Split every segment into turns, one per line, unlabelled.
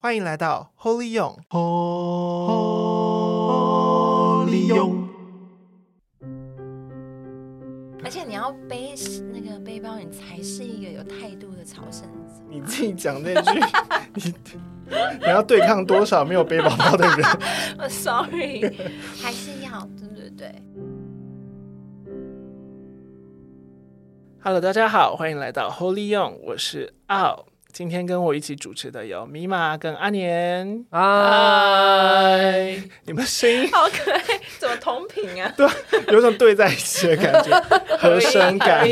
欢迎来到 Holy 用。
Holy 用
而且你要背那个背包，你才是一个有态度的朝圣者。
你自己讲这句，你你要对抗多少没有背 包包的人？
我 sorry，还 是要对对对。
Hello，大家好，欢迎来到 Holy 用，我是奥。今天跟我一起主持的有米玛跟阿年。嗨，你们声音
好可爱，怎么同频啊？
对啊， 有种对在一起的感觉，和声感。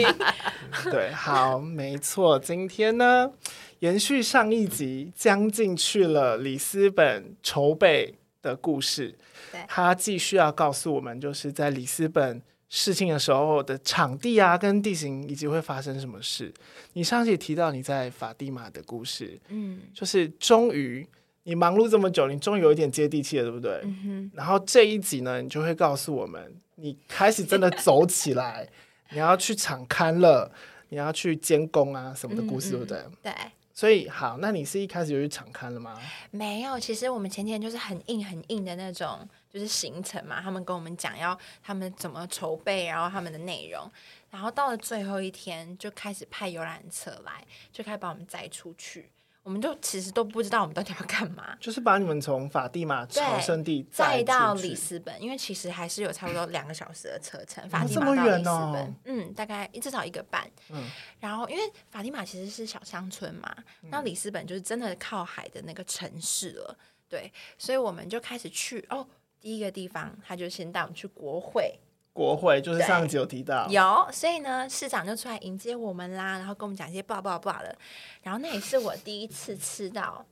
对，好，没错。今天呢，延续上一集，将近去了里斯本筹备的故事
对。
他继续要告诉我们，就是在里斯本事情的时候的场地啊，跟地形，以及会发生什么事。你上集提到你在法蒂玛的故事，
嗯
就是终于你忙碌这么久，你终于有一点接地气了，对不对？
嗯
然后这一集呢，你就会告诉我们，你开始真的走起 来，你要去场刊了，你要去监工啊什么的故事，
嗯嗯
对不对？
哼，对。
所以好，那你是一开始就去场刊了吗？
没有，其实我们前天就是很硬很硬的那种，就是行程嘛。他们跟我们讲要他们怎么筹备，然后他们的内容，然后到了最后一天就开始派游览车来，就开始把我们载出去。我们就其实都不知道我们到底要干嘛，
就是把你们从法蒂玛朝圣地
再到
出去
里斯本，因为其实还是有差不多两个小时的车程，法
哦
蒂
这
玛
么
到里
远
斯本，
哦
嗯，大概至少一个半。
嗯
然后因为法蒂玛其实是小乡村嘛，那
嗯
里斯本就是真的靠海的那个城市了，对，所以我们就开始去哦。第一个地方，他就先带我们去国会，
国会，就是上一集有提到，
有，所以呢，市长就出来迎接我们啦，然后跟我们讲一些不好不好不好的，然后那也是我第一次吃到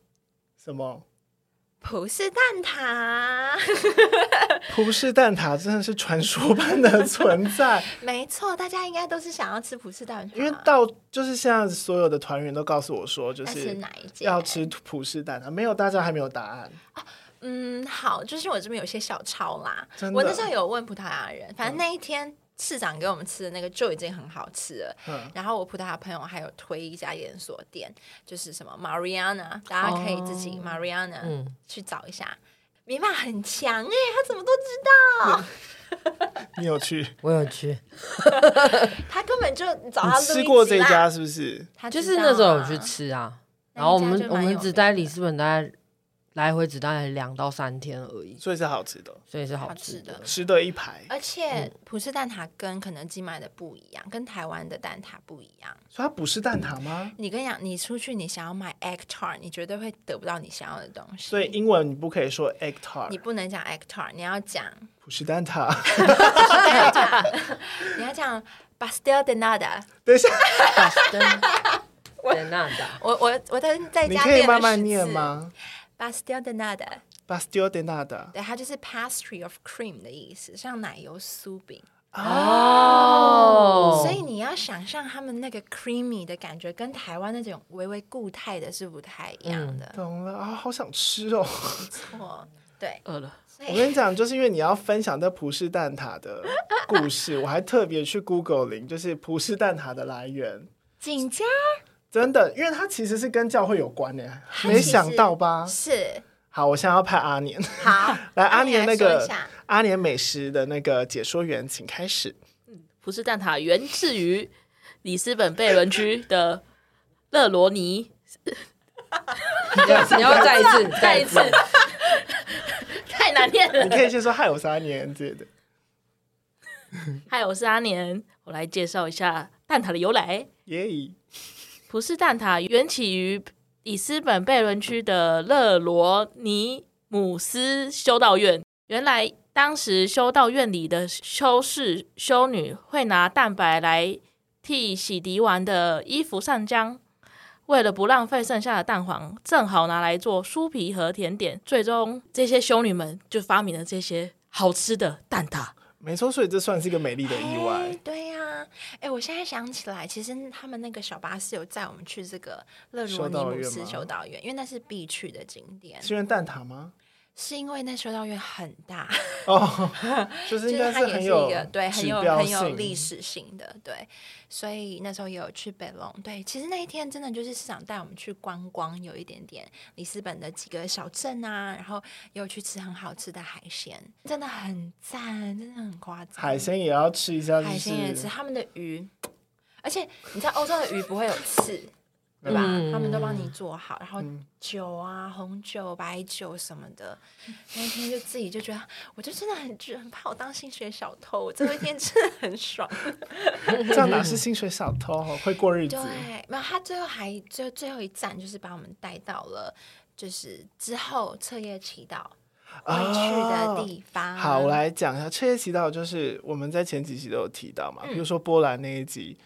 什么
葡式蛋挞。
葡式蛋挞真的是传说般的存 在，
没错，大家应该都是想要吃葡式蛋挞，
因为到就是现在所有的团员都告诉我说，就
要吃
是
哪一间
要吃葡式蛋啊挞，没有大家还没有答案。
嗯，好，就是我这边有些小抄啦
真。的嗯
我那时候有问葡萄牙人，反正那一天市长给我们吃的那个就已经很好吃了。
嗯，
然后我葡萄牙朋友还有推一家连锁店，就是什么 Mariana，大家可以自
哦
己 Mariana、
嗯
去找一下。米玛很强哎、他怎么都知道？
你有去？
我有去，
他根本就找
你
他录
吃
一
过
集
这
啦
家，是不是？
他知
就是那时候有去
道啊。
吃啊。
那
然后我
一家
们
就
我
蛮
们
有
只
名
在
的
里斯本大概来回只大概两到三天而已，
所以是好吃的，
所以是好
好
吃
吃的
吃的一 排，
而且
嗯
葡式蛋挞跟肯德基买的不一样，跟台湾的蛋挞不一样。
所以它不是蛋挞吗？
你跟你讲，你出去你想要买 egg tart，你绝对会得不到你想要的东西。
所以英文你不可以说 egg tart，
你不能讲 egg tart，你要 讲，
不是蛋挞。
你要讲，你要讲 pastel de nada。
等一 下，
的。真的，
我我我在在
你
家
可以
练
慢
了
慢
10
念
次
吗
？pastel de nada，
？Pastel de nada。
对，它就是 pastry of cream 的意思，像奶油酥饼。
哦
所以你要想象他们那个 creamy 的感觉，跟台湾那种微微固态的是不太一样的。
懂了啊，好想吃哦！
错，对，
饿了，
所
我
以
跟你讲，就是因为你要分享这葡式蛋挞的故事，我还特别去 Google 零，就是葡式蛋挞的来源。
紧张
真的，因为它其实是跟教会有关的，没想到吧？
是
好，我现在要拍阿年，。
好
来
那
阿
你
年
来
那
说一
个
下
阿年美食的那个解说员，请开始。
葡式蛋挞源自于里斯本贝伦区的勒罗尼。
你要你要再一次，
再一次，太难念
你
了。
可以先说害我三年之类的。
嗨，我是阿年，我来介绍一下蛋挞的由来。
耶、
葡式蛋挞源起于里斯本贝伦区的勒罗尼姆斯修道院。原来当时修道院里的修士修女会拿蛋白来替洗涤完的衣服上浆，为了不浪费剩下的蛋黄，正好拿来做酥皮和甜点。最终，这些修女们就发明了这些好吃的蛋挞。
没错，所以这算是一个美丽的意
哎
外。
对呀、哎、我现在想起来，其实他们那个小巴士有载我们去这个勒
修
罗尼
道
姆
院
斯
吗
修道院，因为那是必去的景点。
是因为蛋挞吗？
是因为那修道院很大，
哦，就是应
就
该
是它也
很
是
有
一个对很
指
有
标
很有
性
历史性的对，所以那时候也有去北龙。对，其实那一天真的就是市长带我们去观光，有一点点里斯本的几个小镇啊，然后也有去吃很好吃的海鲜，真的很赞，真的很夸张。
海鲜也要吃一下，就
海鲜也吃，
是
他们的鱼，而且你知道欧洲的鱼不会有刺，对吧？
嗯
他们都帮你做好，然后
嗯
酒啊、红酒、白酒什么的。那一天就自己就觉得，我就真的很觉得很怕我当薪水小偷，我最后一天真的很爽。
这样哪是薪水小偷，哦会过日子
对。，没有他最后还最最后一站就是把我们带到了。就是之后彻夜祈祷会去的
哦
地方。
好，我来讲一下彻夜祈祷，就是我们在前几集都有提到嘛，比
嗯
如说波兰那一集，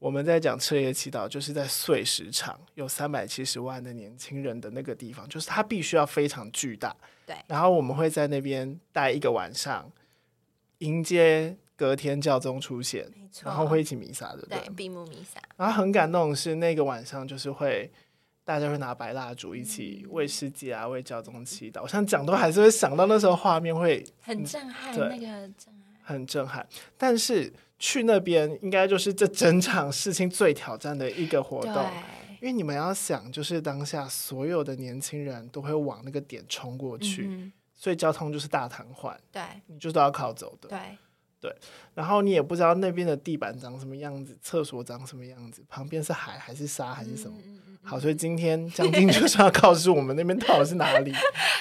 我们在讲彻夜祈祷，就是在碎石场有三百七十万的年轻人的那个地方，就是它必须要非常巨大，
对
然后我们会在那边待一个晚上，迎接隔天教宗出现
没，错
然后会一起嗯弥撒，对不
对闭幕弥撒，
然后很感动的是，那个晚上就是会大家会拿白蜡烛一
嗯
起为世界啊、为教宗祈祷。我想讲都还是会想到那时候画面会
很震撼，
嗯对
那个震撼。
很震撼。但是去那边应该就是这整场事情最挑战的一个活动，
对，
因为你们要想，就是当下所有的年轻人都会往那个点冲过去，
嗯
所以交通就是大瘫痪，
哼，对
你就是要靠走的。
对。
然后你也不知道那边的地板长什么样子，厕所长什么样子，旁边是海还是沙还是什么。
嗯嗯嗯
好，所以今天将军就是 要告诉我们那边到底是哪里。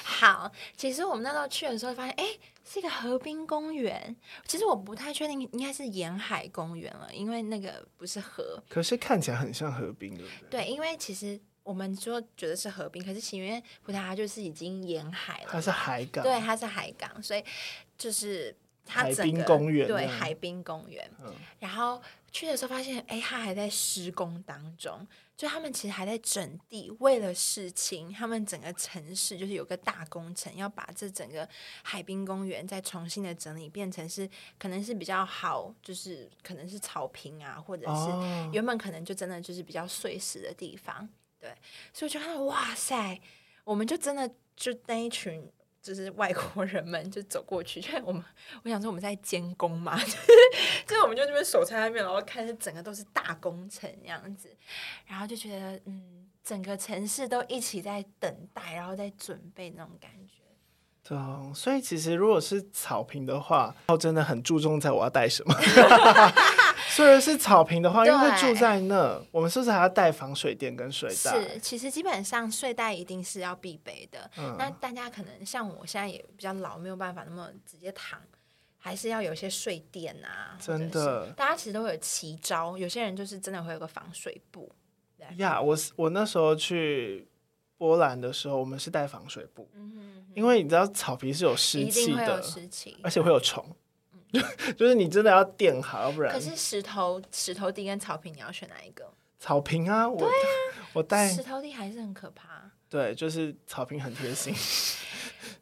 好，其实我们那时候去的时候发现，哎、是一个河滨公园。其实我不太确定，应该是沿海公园了，因为那个不是河。
可是看起来很像河滨，对不对？
对，因为其实我们说觉得是河滨，可是其实因为葡萄牙就是已经沿海了
它，是海港，
对，，它是海港，所以就是它
海
整
滨
个
公园这
对，
样
海滨公园。
嗯
然后去的时候发现，哎，它还在施工当中，就他们其实还在整地，为了事情，他们整个城市就是有个大工程，要把这整个海滨公园再重新的整理，变成是可能是比较好，就是可能是草坪啊，或者是
哦，
原本可能就真的就是比较碎石的地方，对，所以我就看到哇塞，我们就真的就那一群就是外国人们就走过去，因 为我们我想说我们在监工嘛， 就是就是我们就这边手插在那边，然后看是整个都是大工程这样子，然后就觉得嗯，整个城市都一起在等待，然后在准备那种感觉。
懂。啊所以其实如果是草坪的话，我真的很注重在我要带什么。 虽然是草坪的话，因为会
对
住在那，我们是不是还要带防水垫跟睡袋？
是，其实基本上睡袋一定是要必备的。
嗯
那大家可能像我现在也比较老，没有办法那么直接躺，还是要有一些睡垫啊。或者
真
是
的
大家其实都会有奇招，有些人就是真的会有个防水布。
呀我是我那时候去波兰的时候，我们是带防水布，
嗯
因为你知道草皮是有湿
一
气
定会有
的，
湿气嗯
而。且会有虫， 就是你真的要垫好，要不然
可是石头石头地跟草坪，你要选哪一个？
草坪啊，我我带
石头地还是很可怕。
对，就是草坪很贴心，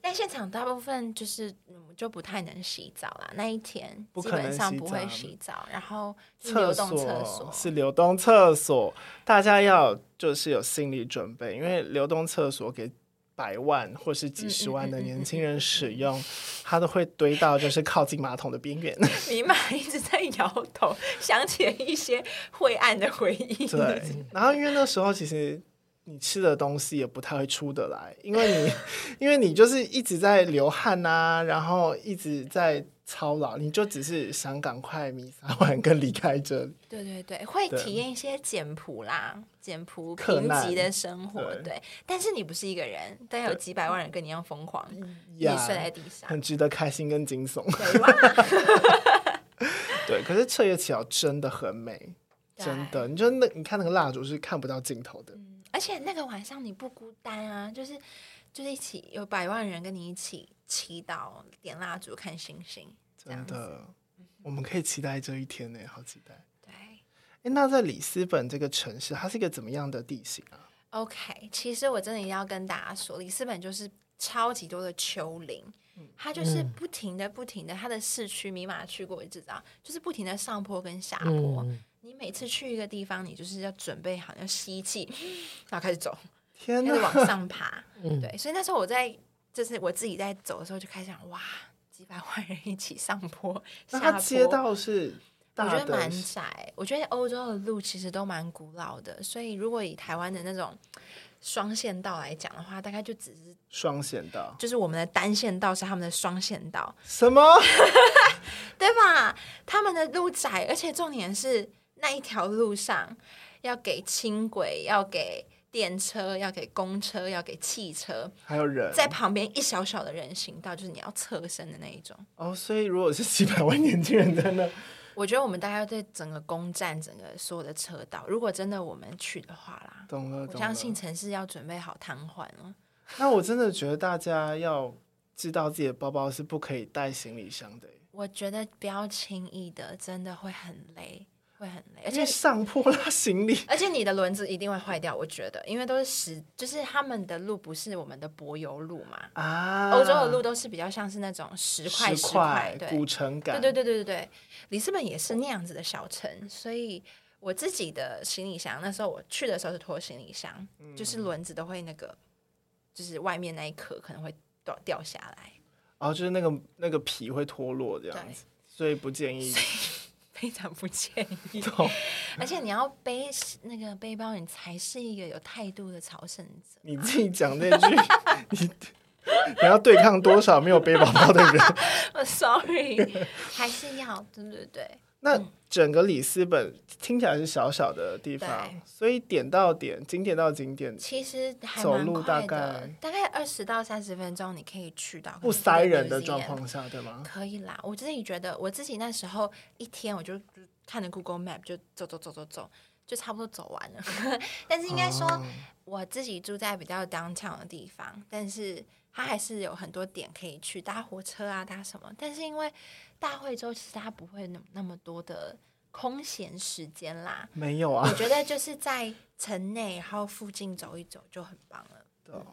但现场大部分就是嗯就不太能洗澡啦，那一天
不
基
可能
本上
洗
不会
澡
洗澡，然后是流动厕所
是流动厕所，大家要就是有心理准备，因为流动厕所给百万或是几十万的年轻人使
嗯
用，它都会堆到就是靠近马桶的边 缘。
尼玛一直在摇头，想起了一些晦暗的回忆。
对，然后因为那时候其实你吃的东西也不太会出得来，因为 你因为你就是一直在流汗呐、然后一直在操劳，你就只是想赶快弥撒完跟离开这里。
对对对，会
对
体验一些简朴啦，简朴
克
贫
难
瘠的生活。
对
对但是你不是一个人，但有
对嗯
几百万人跟你一样疯狂，你
呀
睡在地上。
很值得开心跟惊悚。
对哇，
对，可是彻夜祈祷真的很美，
对嗯
真的，你就那你看那个蜡烛是看不到尽头的，
而且那个晚上你不孤单啊，就是就是一起有百万人跟你一起祈祷、点蜡烛、看星星，这
真
样子。
的，我们可以期待这一天呢，好期待。
对。
哎，那在里斯本这个城市，它是一个怎么样的地形啊？
OK，其实我真的一定要跟大家说，里斯本就是超级多的丘陵，它就是
嗯
不停的、不停的，它的市区米马去过也知道，就是不停的上坡跟下坡。
嗯，
你每次去一个地方，你就是要准备好 要吸气，然后开始走，
天
开始
哪，
往上爬。
嗯
对，所以那时候我在就是我自己在走的时候就开始想，哇，几百万人一起上坡
那
下
它
坡，
街道是
我
大
觉
的，
得蛮窄。我觉得欧洲的路其实都蛮古老的，所以如果以台湾的那种双线道来讲的话，大概就只是
双线 道。
就是我们的单线道是他们的双线道，
什么？
对吧？他们的路窄，而且重点是那一条路上要给轻轨，要给电车，要给公车，要给汽车，
还有人
在旁边一小小的人行道，就是你要侧身的那一种。
哦，所以如果是几百万年轻人在那，
我觉得我们大概要对整个攻占整个所有的车道，如果真的我们去的话啦，
懂了，
我
懂
相
了。
信城市要准备好瘫痪哦了。
那我真的觉得大家要知道自己的包包是不可以带行李箱的，欸
我觉得不要轻易的，真的会很累，会很累，而
因为
且
上坡拉行李。
而且你的轮子一定会坏掉，我觉得，因为都是石，就是他们的路不是我们的柏油路嘛，
啊，
欧洲的路都是比较像是那种石块石块
块，
对，
古城感，
对对对对对对，里斯本也是那样子的小城，所以我自己的行李箱那时候我去的时候是拖行李箱，
嗯
就是轮子都会那个，就是外面那一壳可能会掉掉下来，
然后就是那个那个皮会脱落这样子，所以不建议。
非常不建议。
懂
而且你要背那个背包，你才是一个有态度的朝圣者。
你自己讲那句， 你你要对抗多少没有背包包的人？
我 sorry，还 是要对对对，
那整个里斯本听起来是小小的地方
对，
所以点到点，景点到景点，
其实还
走
蛮
路大
快的
概，
大概二十到三十分钟你可以去到，
不塞人的状
况。
况下，对吗？
可以啦，我自己觉得，我自己那时候一天我就就看着 Google Map 就走走走走走，就差不多走完了。 但是应该说，
哦
我自己住在比较 downtown 的地方，但是它还是有很多点可以去搭火车啊，搭什么。但是因为大惠州其实它不会那那么多的空闲时间啦，
没有
我
啊，
觉得就是在城内然后附近走一走就很棒了。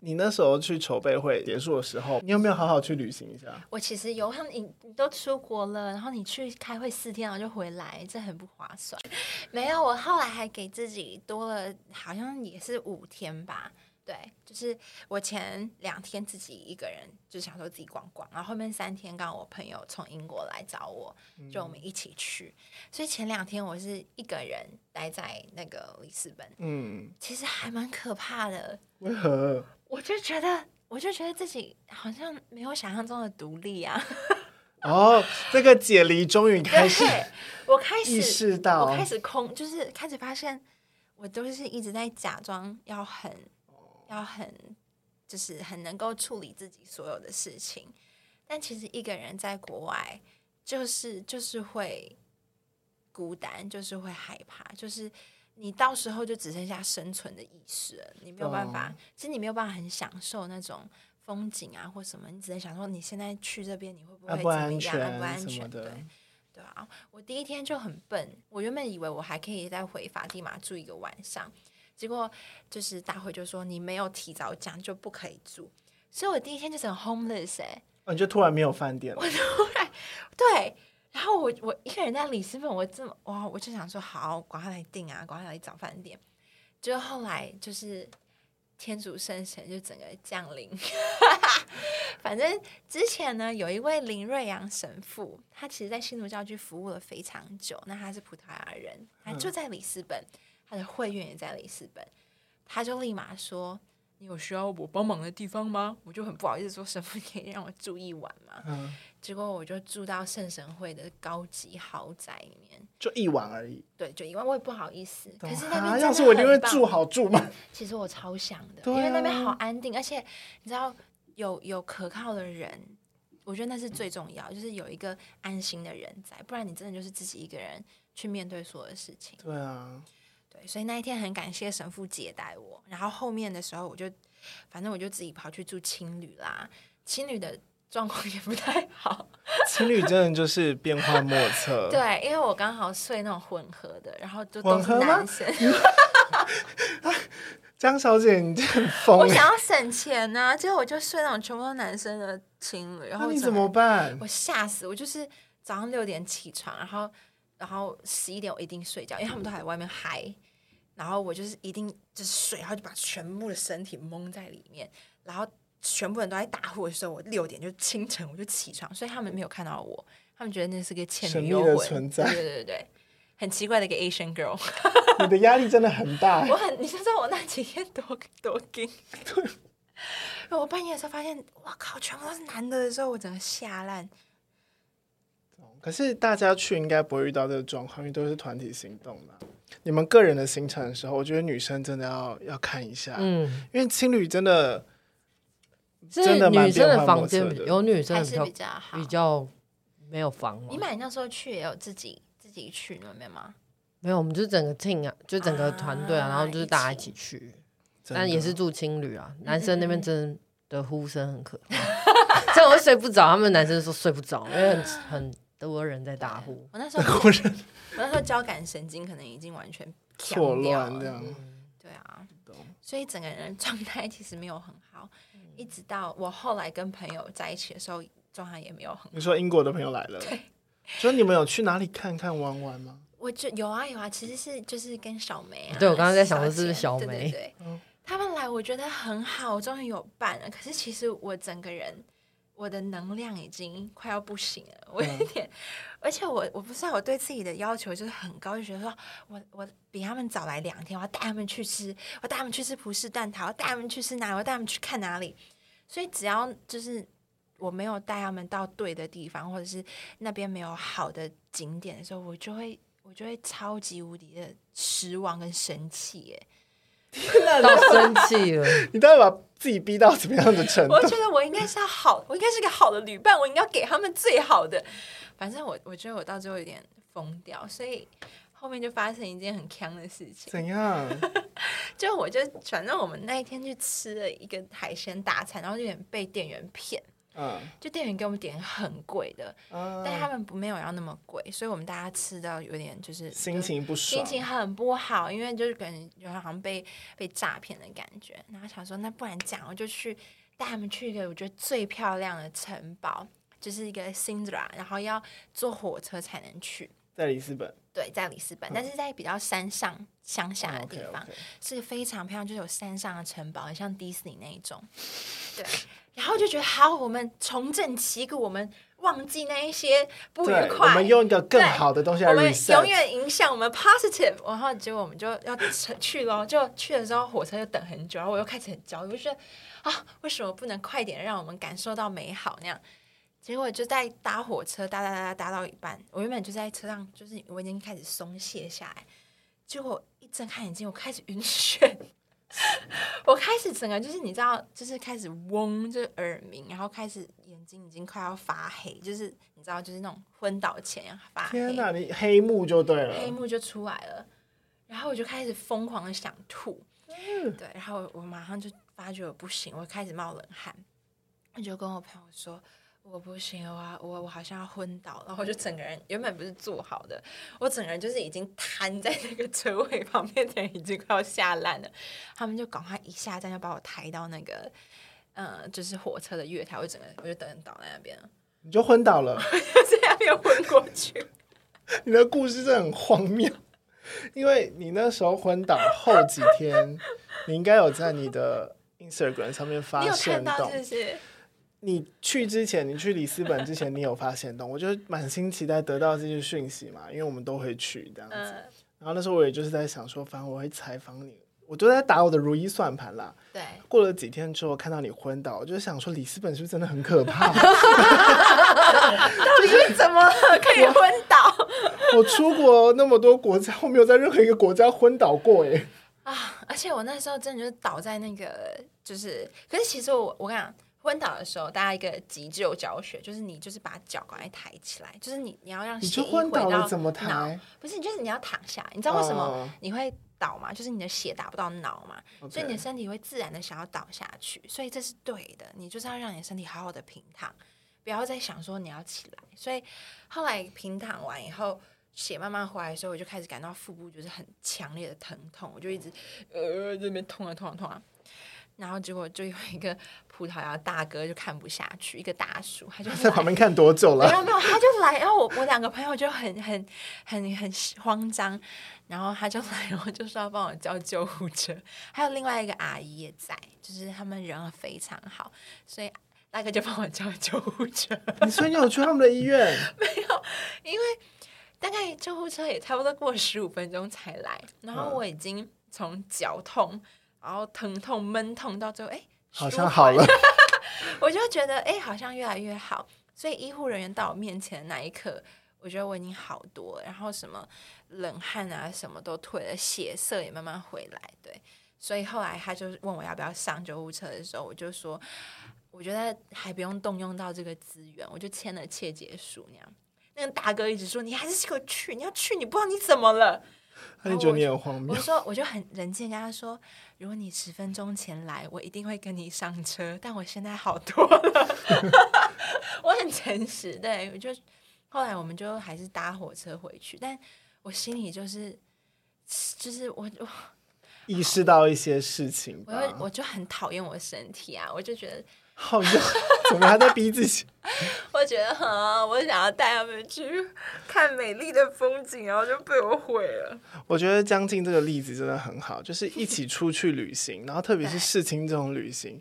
你那时候去筹备会结束的时候，你有没有好好去旅行一下？
我其实有，像你你都出国了，然后你去开会四天，然后就回来，这很不划算。没有，我后来还给自己多了，好像也是五天吧。对，就是我前两天自己一个人，就想说自己逛逛，然后后面三天刚好我朋友从英国来找我，就我们一起去，所以前两天我是一个人待在那个里斯本，
嗯，
其实还蛮可怕的。
为何？
我就觉得，我就觉得自己好像没有想象中的独立啊。
哦，这个解离终于开始
对，我开始
意识到
我开始空，就是开始发现，我都是一直在假装要很，要很，就是很能够处理自己所有的事情，但其实一个人在国外，就是就是会孤单，就是会害怕，就是。你到时候就只剩下生存的意识了，你没有办法
懂，
其实你没有办法很享受那种风景啊或什么，你只能想说你现在去这边你会不会
安
怎
啊不
么样，啊
安全
安不安
什么
全？
的
对，对啊，我第一天就很笨，我原本以为我还可以再回法蒂玛住一个晚上，结果就是大会就说你没有提早讲就不可以住，所以我第一天就是很 homeless 哎、
哦你就突然没有饭店了。
对，然后我我一个人在里斯本，我这么哇，我就想说好，赶快来订啊，赶快来找饭店，就后来就是。天主圣神就整个降临， 反正之前呢，有一位林瑞阳神父，他其实在新儒教区服务了非常久。那他是葡萄牙人，他就在里斯本，他的会员也在里斯本。他就立马说：“你有需要我帮忙的地方吗？”我就很不好意思说：“神父，可以让我住一晚吗？”
嗯，
结果我就住到圣神会的高级豪宅里面。
就一晚而已。
对，就因为我也不好意思，可
懂
是那边
啊
真的
要是我一定会
很棒
住好住嘛。
其实我超想的，
对啊
因为那边好安定，而且你知道有有可靠的人，我觉得那是最重要，就是有一个安心的人在，不然你真的就是自己一个人去面对所有的事情。
对啊，
对，所以那一天很感谢神父接待我，然后后面的时候我就，反正我就自己跑去住青旅啦，青旅的状况也不太好。
情侣真的就是变化莫 测。，
对，啊因为我刚好睡那种混合的，然后就都
混
是
合吗
男生。
江小姐，你这很疯
我
欸，
想要省钱呢、结果我就睡那种全部都男生的情侣，然
那
后
你
整
怎
个
么办
我？吓死！我就是早上六点起床，然后然后十一点我一定睡觉，因为他们都还在外面嗨。然后我就是一定就是睡，然后就把全部的身体蒙在里面，然后全部人都在打呼的时候，我六点就清晨我就起床，所以他们没有看到我，他们觉得那是个倩
神
女
秘
幽
的
魂
存在
对对对，很奇怪的一个 Asian girl。
你的压力真的很大
我。很，你知道我那几天多多惊。我半夜的时候发现，哇靠，全部都是男的的时候，我整个吓烂。
可是大家去应该不会遇到这个状况，因为都是团体行动的啊。你们个人的行程的时候，我觉得女生真的要要看一下，
嗯，
因为情侣真的
是
真的蛮
女生
变
的
幻莫
房间
测的
有女生
还
的
是比
比
较好
较比较没有房嘛
你，买那时候去也有自己自己去，你们没有吗？
没有，我们就整个 team 啊，就整个团队啊，
啊
然后就是大家一起去，
真的
但也是住青旅啊，男生那边真的呼声很可怕， 这样我会睡不着。他们男生说睡不着，因为很很多人在打呼。
我那时 候，我
国人
那时候交感神经可能已经完全
错
呛掉
乱
了
这样。
对啊，所以整个人的状态其实没有很好，一直到我后来跟朋友在一起的时候，状态也没有很好。
你说英国的朋友来了，所以你们有去哪里看看玩玩吗？
我就有啊有啊，其实是就是跟小梅啊，
对我刚刚在想说
的
是不是小
对对
梅
对，他们来我觉得很好，我终于有伴了。可是其实我整个人我的能量已经快要不行了，我有点，而且我我不知道我对自己的要求就是很高，就觉得说我我比他们早来两天，我要带他们去吃，我带他们去吃葡式蛋挞，我带他们去吃哪里，我带他们去看哪里。所以只要就是我没有带他们到对的地方，或者是那边没有好的景点的时候，我就会我就会超级无敌的失望跟生气耶。
到生气了，
你到底把自己逼到怎么样的程度
我？觉得我应该是要好，我应该是个好的旅伴，我应该要给他们最好的。反正我我觉得我到最后有点疯掉，所以后面就发生一件很坑的事情。
怎样？
就我就反正我们那一天去吃了一个海鲜大餐，然后有点被店员骗，
嗯
就店员给我们点很贵的，但他
嗯，
们不没有要那么贵，所以我们大家吃到有点就是
心情不爽
心，情很不好，因为就是感觉有好像被被诈骗的感觉。然后想说，那不然这样，我就去带他们去一个我觉得最漂亮的城堡，就是一个 Sindra，然后要坐火车才能去。
在里斯本
对，在里斯本，但是在比较山上乡下的
嗯
地
OK
方
OK，
是个非常漂亮，就是有山上的城堡，很像迪士尼那一种。对，然后就觉得好，我们重振旗鼓，我们忘记那一些不愉
对，
快，
我们用一个更好的东西来
我们永
reset。
远影响我们 positive，然后结果我们就要去咯，就去的时候火车就等很久，然后我又开始很焦虑，我就觉得啊，为什么不能快点让我们感受到美好那样？结果就在搭火车搭搭搭搭搭到一半，我原本就在车上，就是我已经开始松懈下来，结果一睁开眼睛，我开始 晕眩，我开始整个就是你知道，就是开始嗡，就是耳鸣，然后开始眼睛已经快要发黑，就是你知道，就是那种昏倒前要发黑。
天哪，你黑幕就对了
黑。幕就出来了，然后我就开始疯狂的想吐，对，然后我马上就发觉我不行，我开始冒冷汗，我就跟我朋友说。我不行，我要我我好像要昏倒了， 然后我就整个人原本不是坐好的，我整个人就是已经瘫在那个车位旁边的人已经快要吓烂了，他们就赶快一下站就把我抬到那个，呃，就是火车的月台，我整个我就等人倒在那边了，
你就昏倒了。
就在那边昏过去。
你的故事真的很荒谬，因为你那时候昏倒后几 天，你应该有在你的 Instagram 上面发
你有看
现
到
动
是。不是？
你去之前，你去里斯本之前，你有发现动，我就满心期待得到这些讯息嘛，因为我们都会去这样子。
嗯，
然后那时候我也就是在想说，反正我会采访你，我就在打我的如意算盘啦。
对。
过了几天之后，看到你昏倒，我就想说里斯本是不是真的很可怕？
你怎么可以昏倒？
我出国那么多国家，我没有在任何一个国家昏倒过耶。
啊！而且我那时候真的就是倒在那个，就是，可是其实我我跟你讲，昏倒的时候，大家一个急救教学，就是你就是把脚赶快抬起来，就是你你要让
你
血
就
液回
昏
到
倒
脑，
了怎么抬？
不是，就是你要躺下，你知道为什么
哦
你会倒吗？就是你的血打不到脑嘛
OK
所以你的身体会自然的想要倒下去，所以这是对的，你就是要让你的身体好好的平躺，不要再想说你要起来。所以后来平躺完以后。血慢慢回来的时候，我就开始感到腹部就是很强烈的疼痛，我就一直呃在那边痛啊痛啊痛啊。然后结果就有一个葡萄牙大哥就看不下去，一个大 叔，他就
在旁边看多久
没
了？
有没有，他就来，然后我我两个朋友就很很很很慌张，然后他就来，然后就说要帮我叫救护车，还有另外一个阿姨也在，就是他们人非常好，所以大哥就帮我叫救护车，
你所以你有去他们的医院？
因为大概救护车也差不多过十五分钟才来，然后
嗯
我已经从脚痛，然后疼痛、闷痛到最后，哎，
好
舒
像好了，
我就觉得哎、诶好像越来越好。所以医护人员到我面前的那一刻，我觉得我已经好多了，然后什么冷汗啊，什么都退了，血色也慢慢回来。对，所以后来他就问我要不要上救护车的时候，我就说，我觉得还不用动用到这个资源，我就签了切结书那样。那个大哥一直说你还是给我去，你要去，你不知道你怎么了。
那你觉得你很荒
我
谬？
说，我就很冷静地跟他说，如果你十分钟前来，我一定会跟你上车。但我现在好多了， 我很诚实。对，我就后来我们就还是搭火车回去，但我心里就是就是我我
意识到一些事情
我
吧。
就我就很讨厌我的身体啊，我就觉得
好像 怎么还在逼自己？
我觉得啊，我想要带他们去看美丽的风景，然后就被我毁了。
我觉得江静这个例子真的很好，就是一起出去旅 行，然后特别是试亲这种旅行，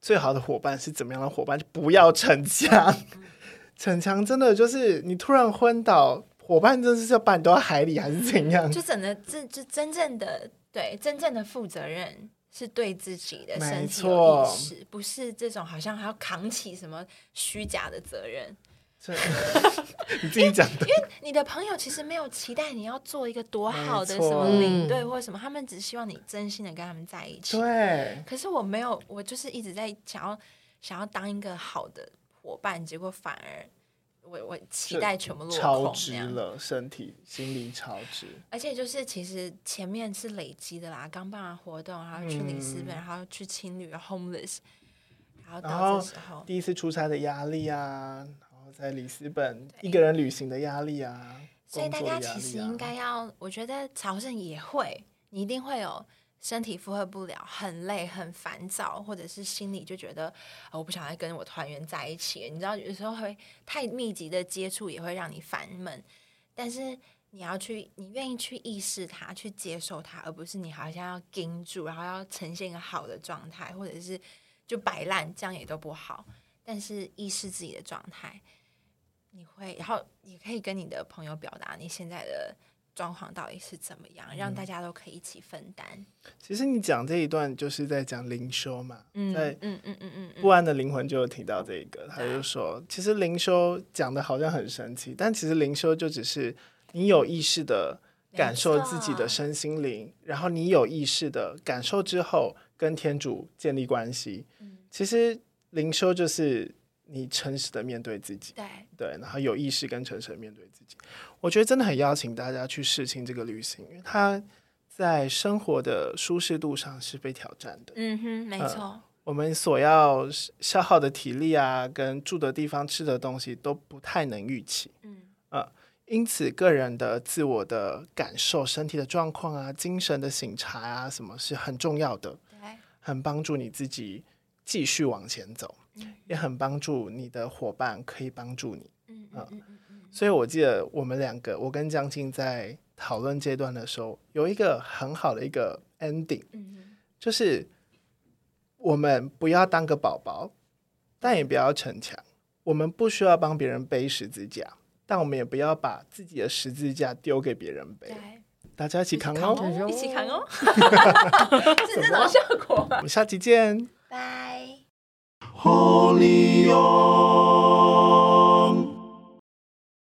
最好的伙伴是怎么样的伙伴？就不要逞强，
嗯
逞强真的就是你突然昏倒，伙伴真的是要把你丢到海里还是怎样？
就整个这这真正的对真正的负责任是对自己的身体有
没错
意识，不是这种好像还要扛起什么虚假的责任。
这 你自己讲的，
你的朋友其实没有期待你要做一个多好的
没
什
错
么领队或什么，他们只希望你真心的跟他们在一起。
对，
可是我没有，我就是一直在想要想要当一个好的伙伴，结果反而我我期待全部落
超
空那
支
样。
了，身体心理超支。
而且就是其实前面是累积的啦，刚办完活动，然后去里斯本，然后去青旅 homeless，然后
嗯然
到
后
这时候，
第一次出差的压力啊，
嗯
然后在里斯本一个人旅行的压力啊，
所以大家
工作的压力啊
其实应该要，我觉得朝圣也会，你一定会有身体负荷不了，很累、很烦躁，或者是心里就觉得、哦、我不想再跟我团员在一起，你知道有时候会太密集的接触也会让你烦闷，但是。你要去，你愿意去意识它，去接受它，而不是你好像要盯住，然后要呈现一个好的状态，或者是就摆烂，这样也都不好。但是意识自己的状态，你会，然后也可以跟你的朋友表达你现在的状况到底是怎么样，让
嗯
大家都可以一起分担。
其实你讲这一段就是在讲灵修嘛，
嗯
在
嗯嗯嗯嗯
不
嗯，
安的灵魂就有提到这一个，他就说，其实灵修讲的好像很神奇，但其实灵修就只是你有意识的感受自己的身心灵，然后你有意识的感受之后跟天主建立关系。
嗯
其实灵修就是你诚实的面对自己。
对，
对，然后有意识跟诚实地面对自己。我觉得真的很邀请大家去试听这个旅行，因为它在生活的舒适度上是被挑战的。
嗯哼，没
嗯
错，
我们所要消耗的体力啊，跟住的地方、吃的东西都不太能预期，
嗯
因此个人的自我的感受、身体的状况啊、精神的醒察啊，什么是很重要的。
对，嗯
很帮助你自己继续往前走，也很帮助你的伙伴可以帮助你。
嗯嗯嗯嗯嗯，
所以我记得我们两个，我跟江青在讨论这段的时候，有一个很好的一个 ending，
嗯
就是我们不要当个宝宝，但也不要逞强。我们不需要帮别人背十字架，但我们也不要把自己的十字架丢给别人背
对。，
大家一起扛
扛
哦！
对
哦，
就
一起扛哦， 是 这种效果
我
吗？
们下期见。
拜。
Holy 哟。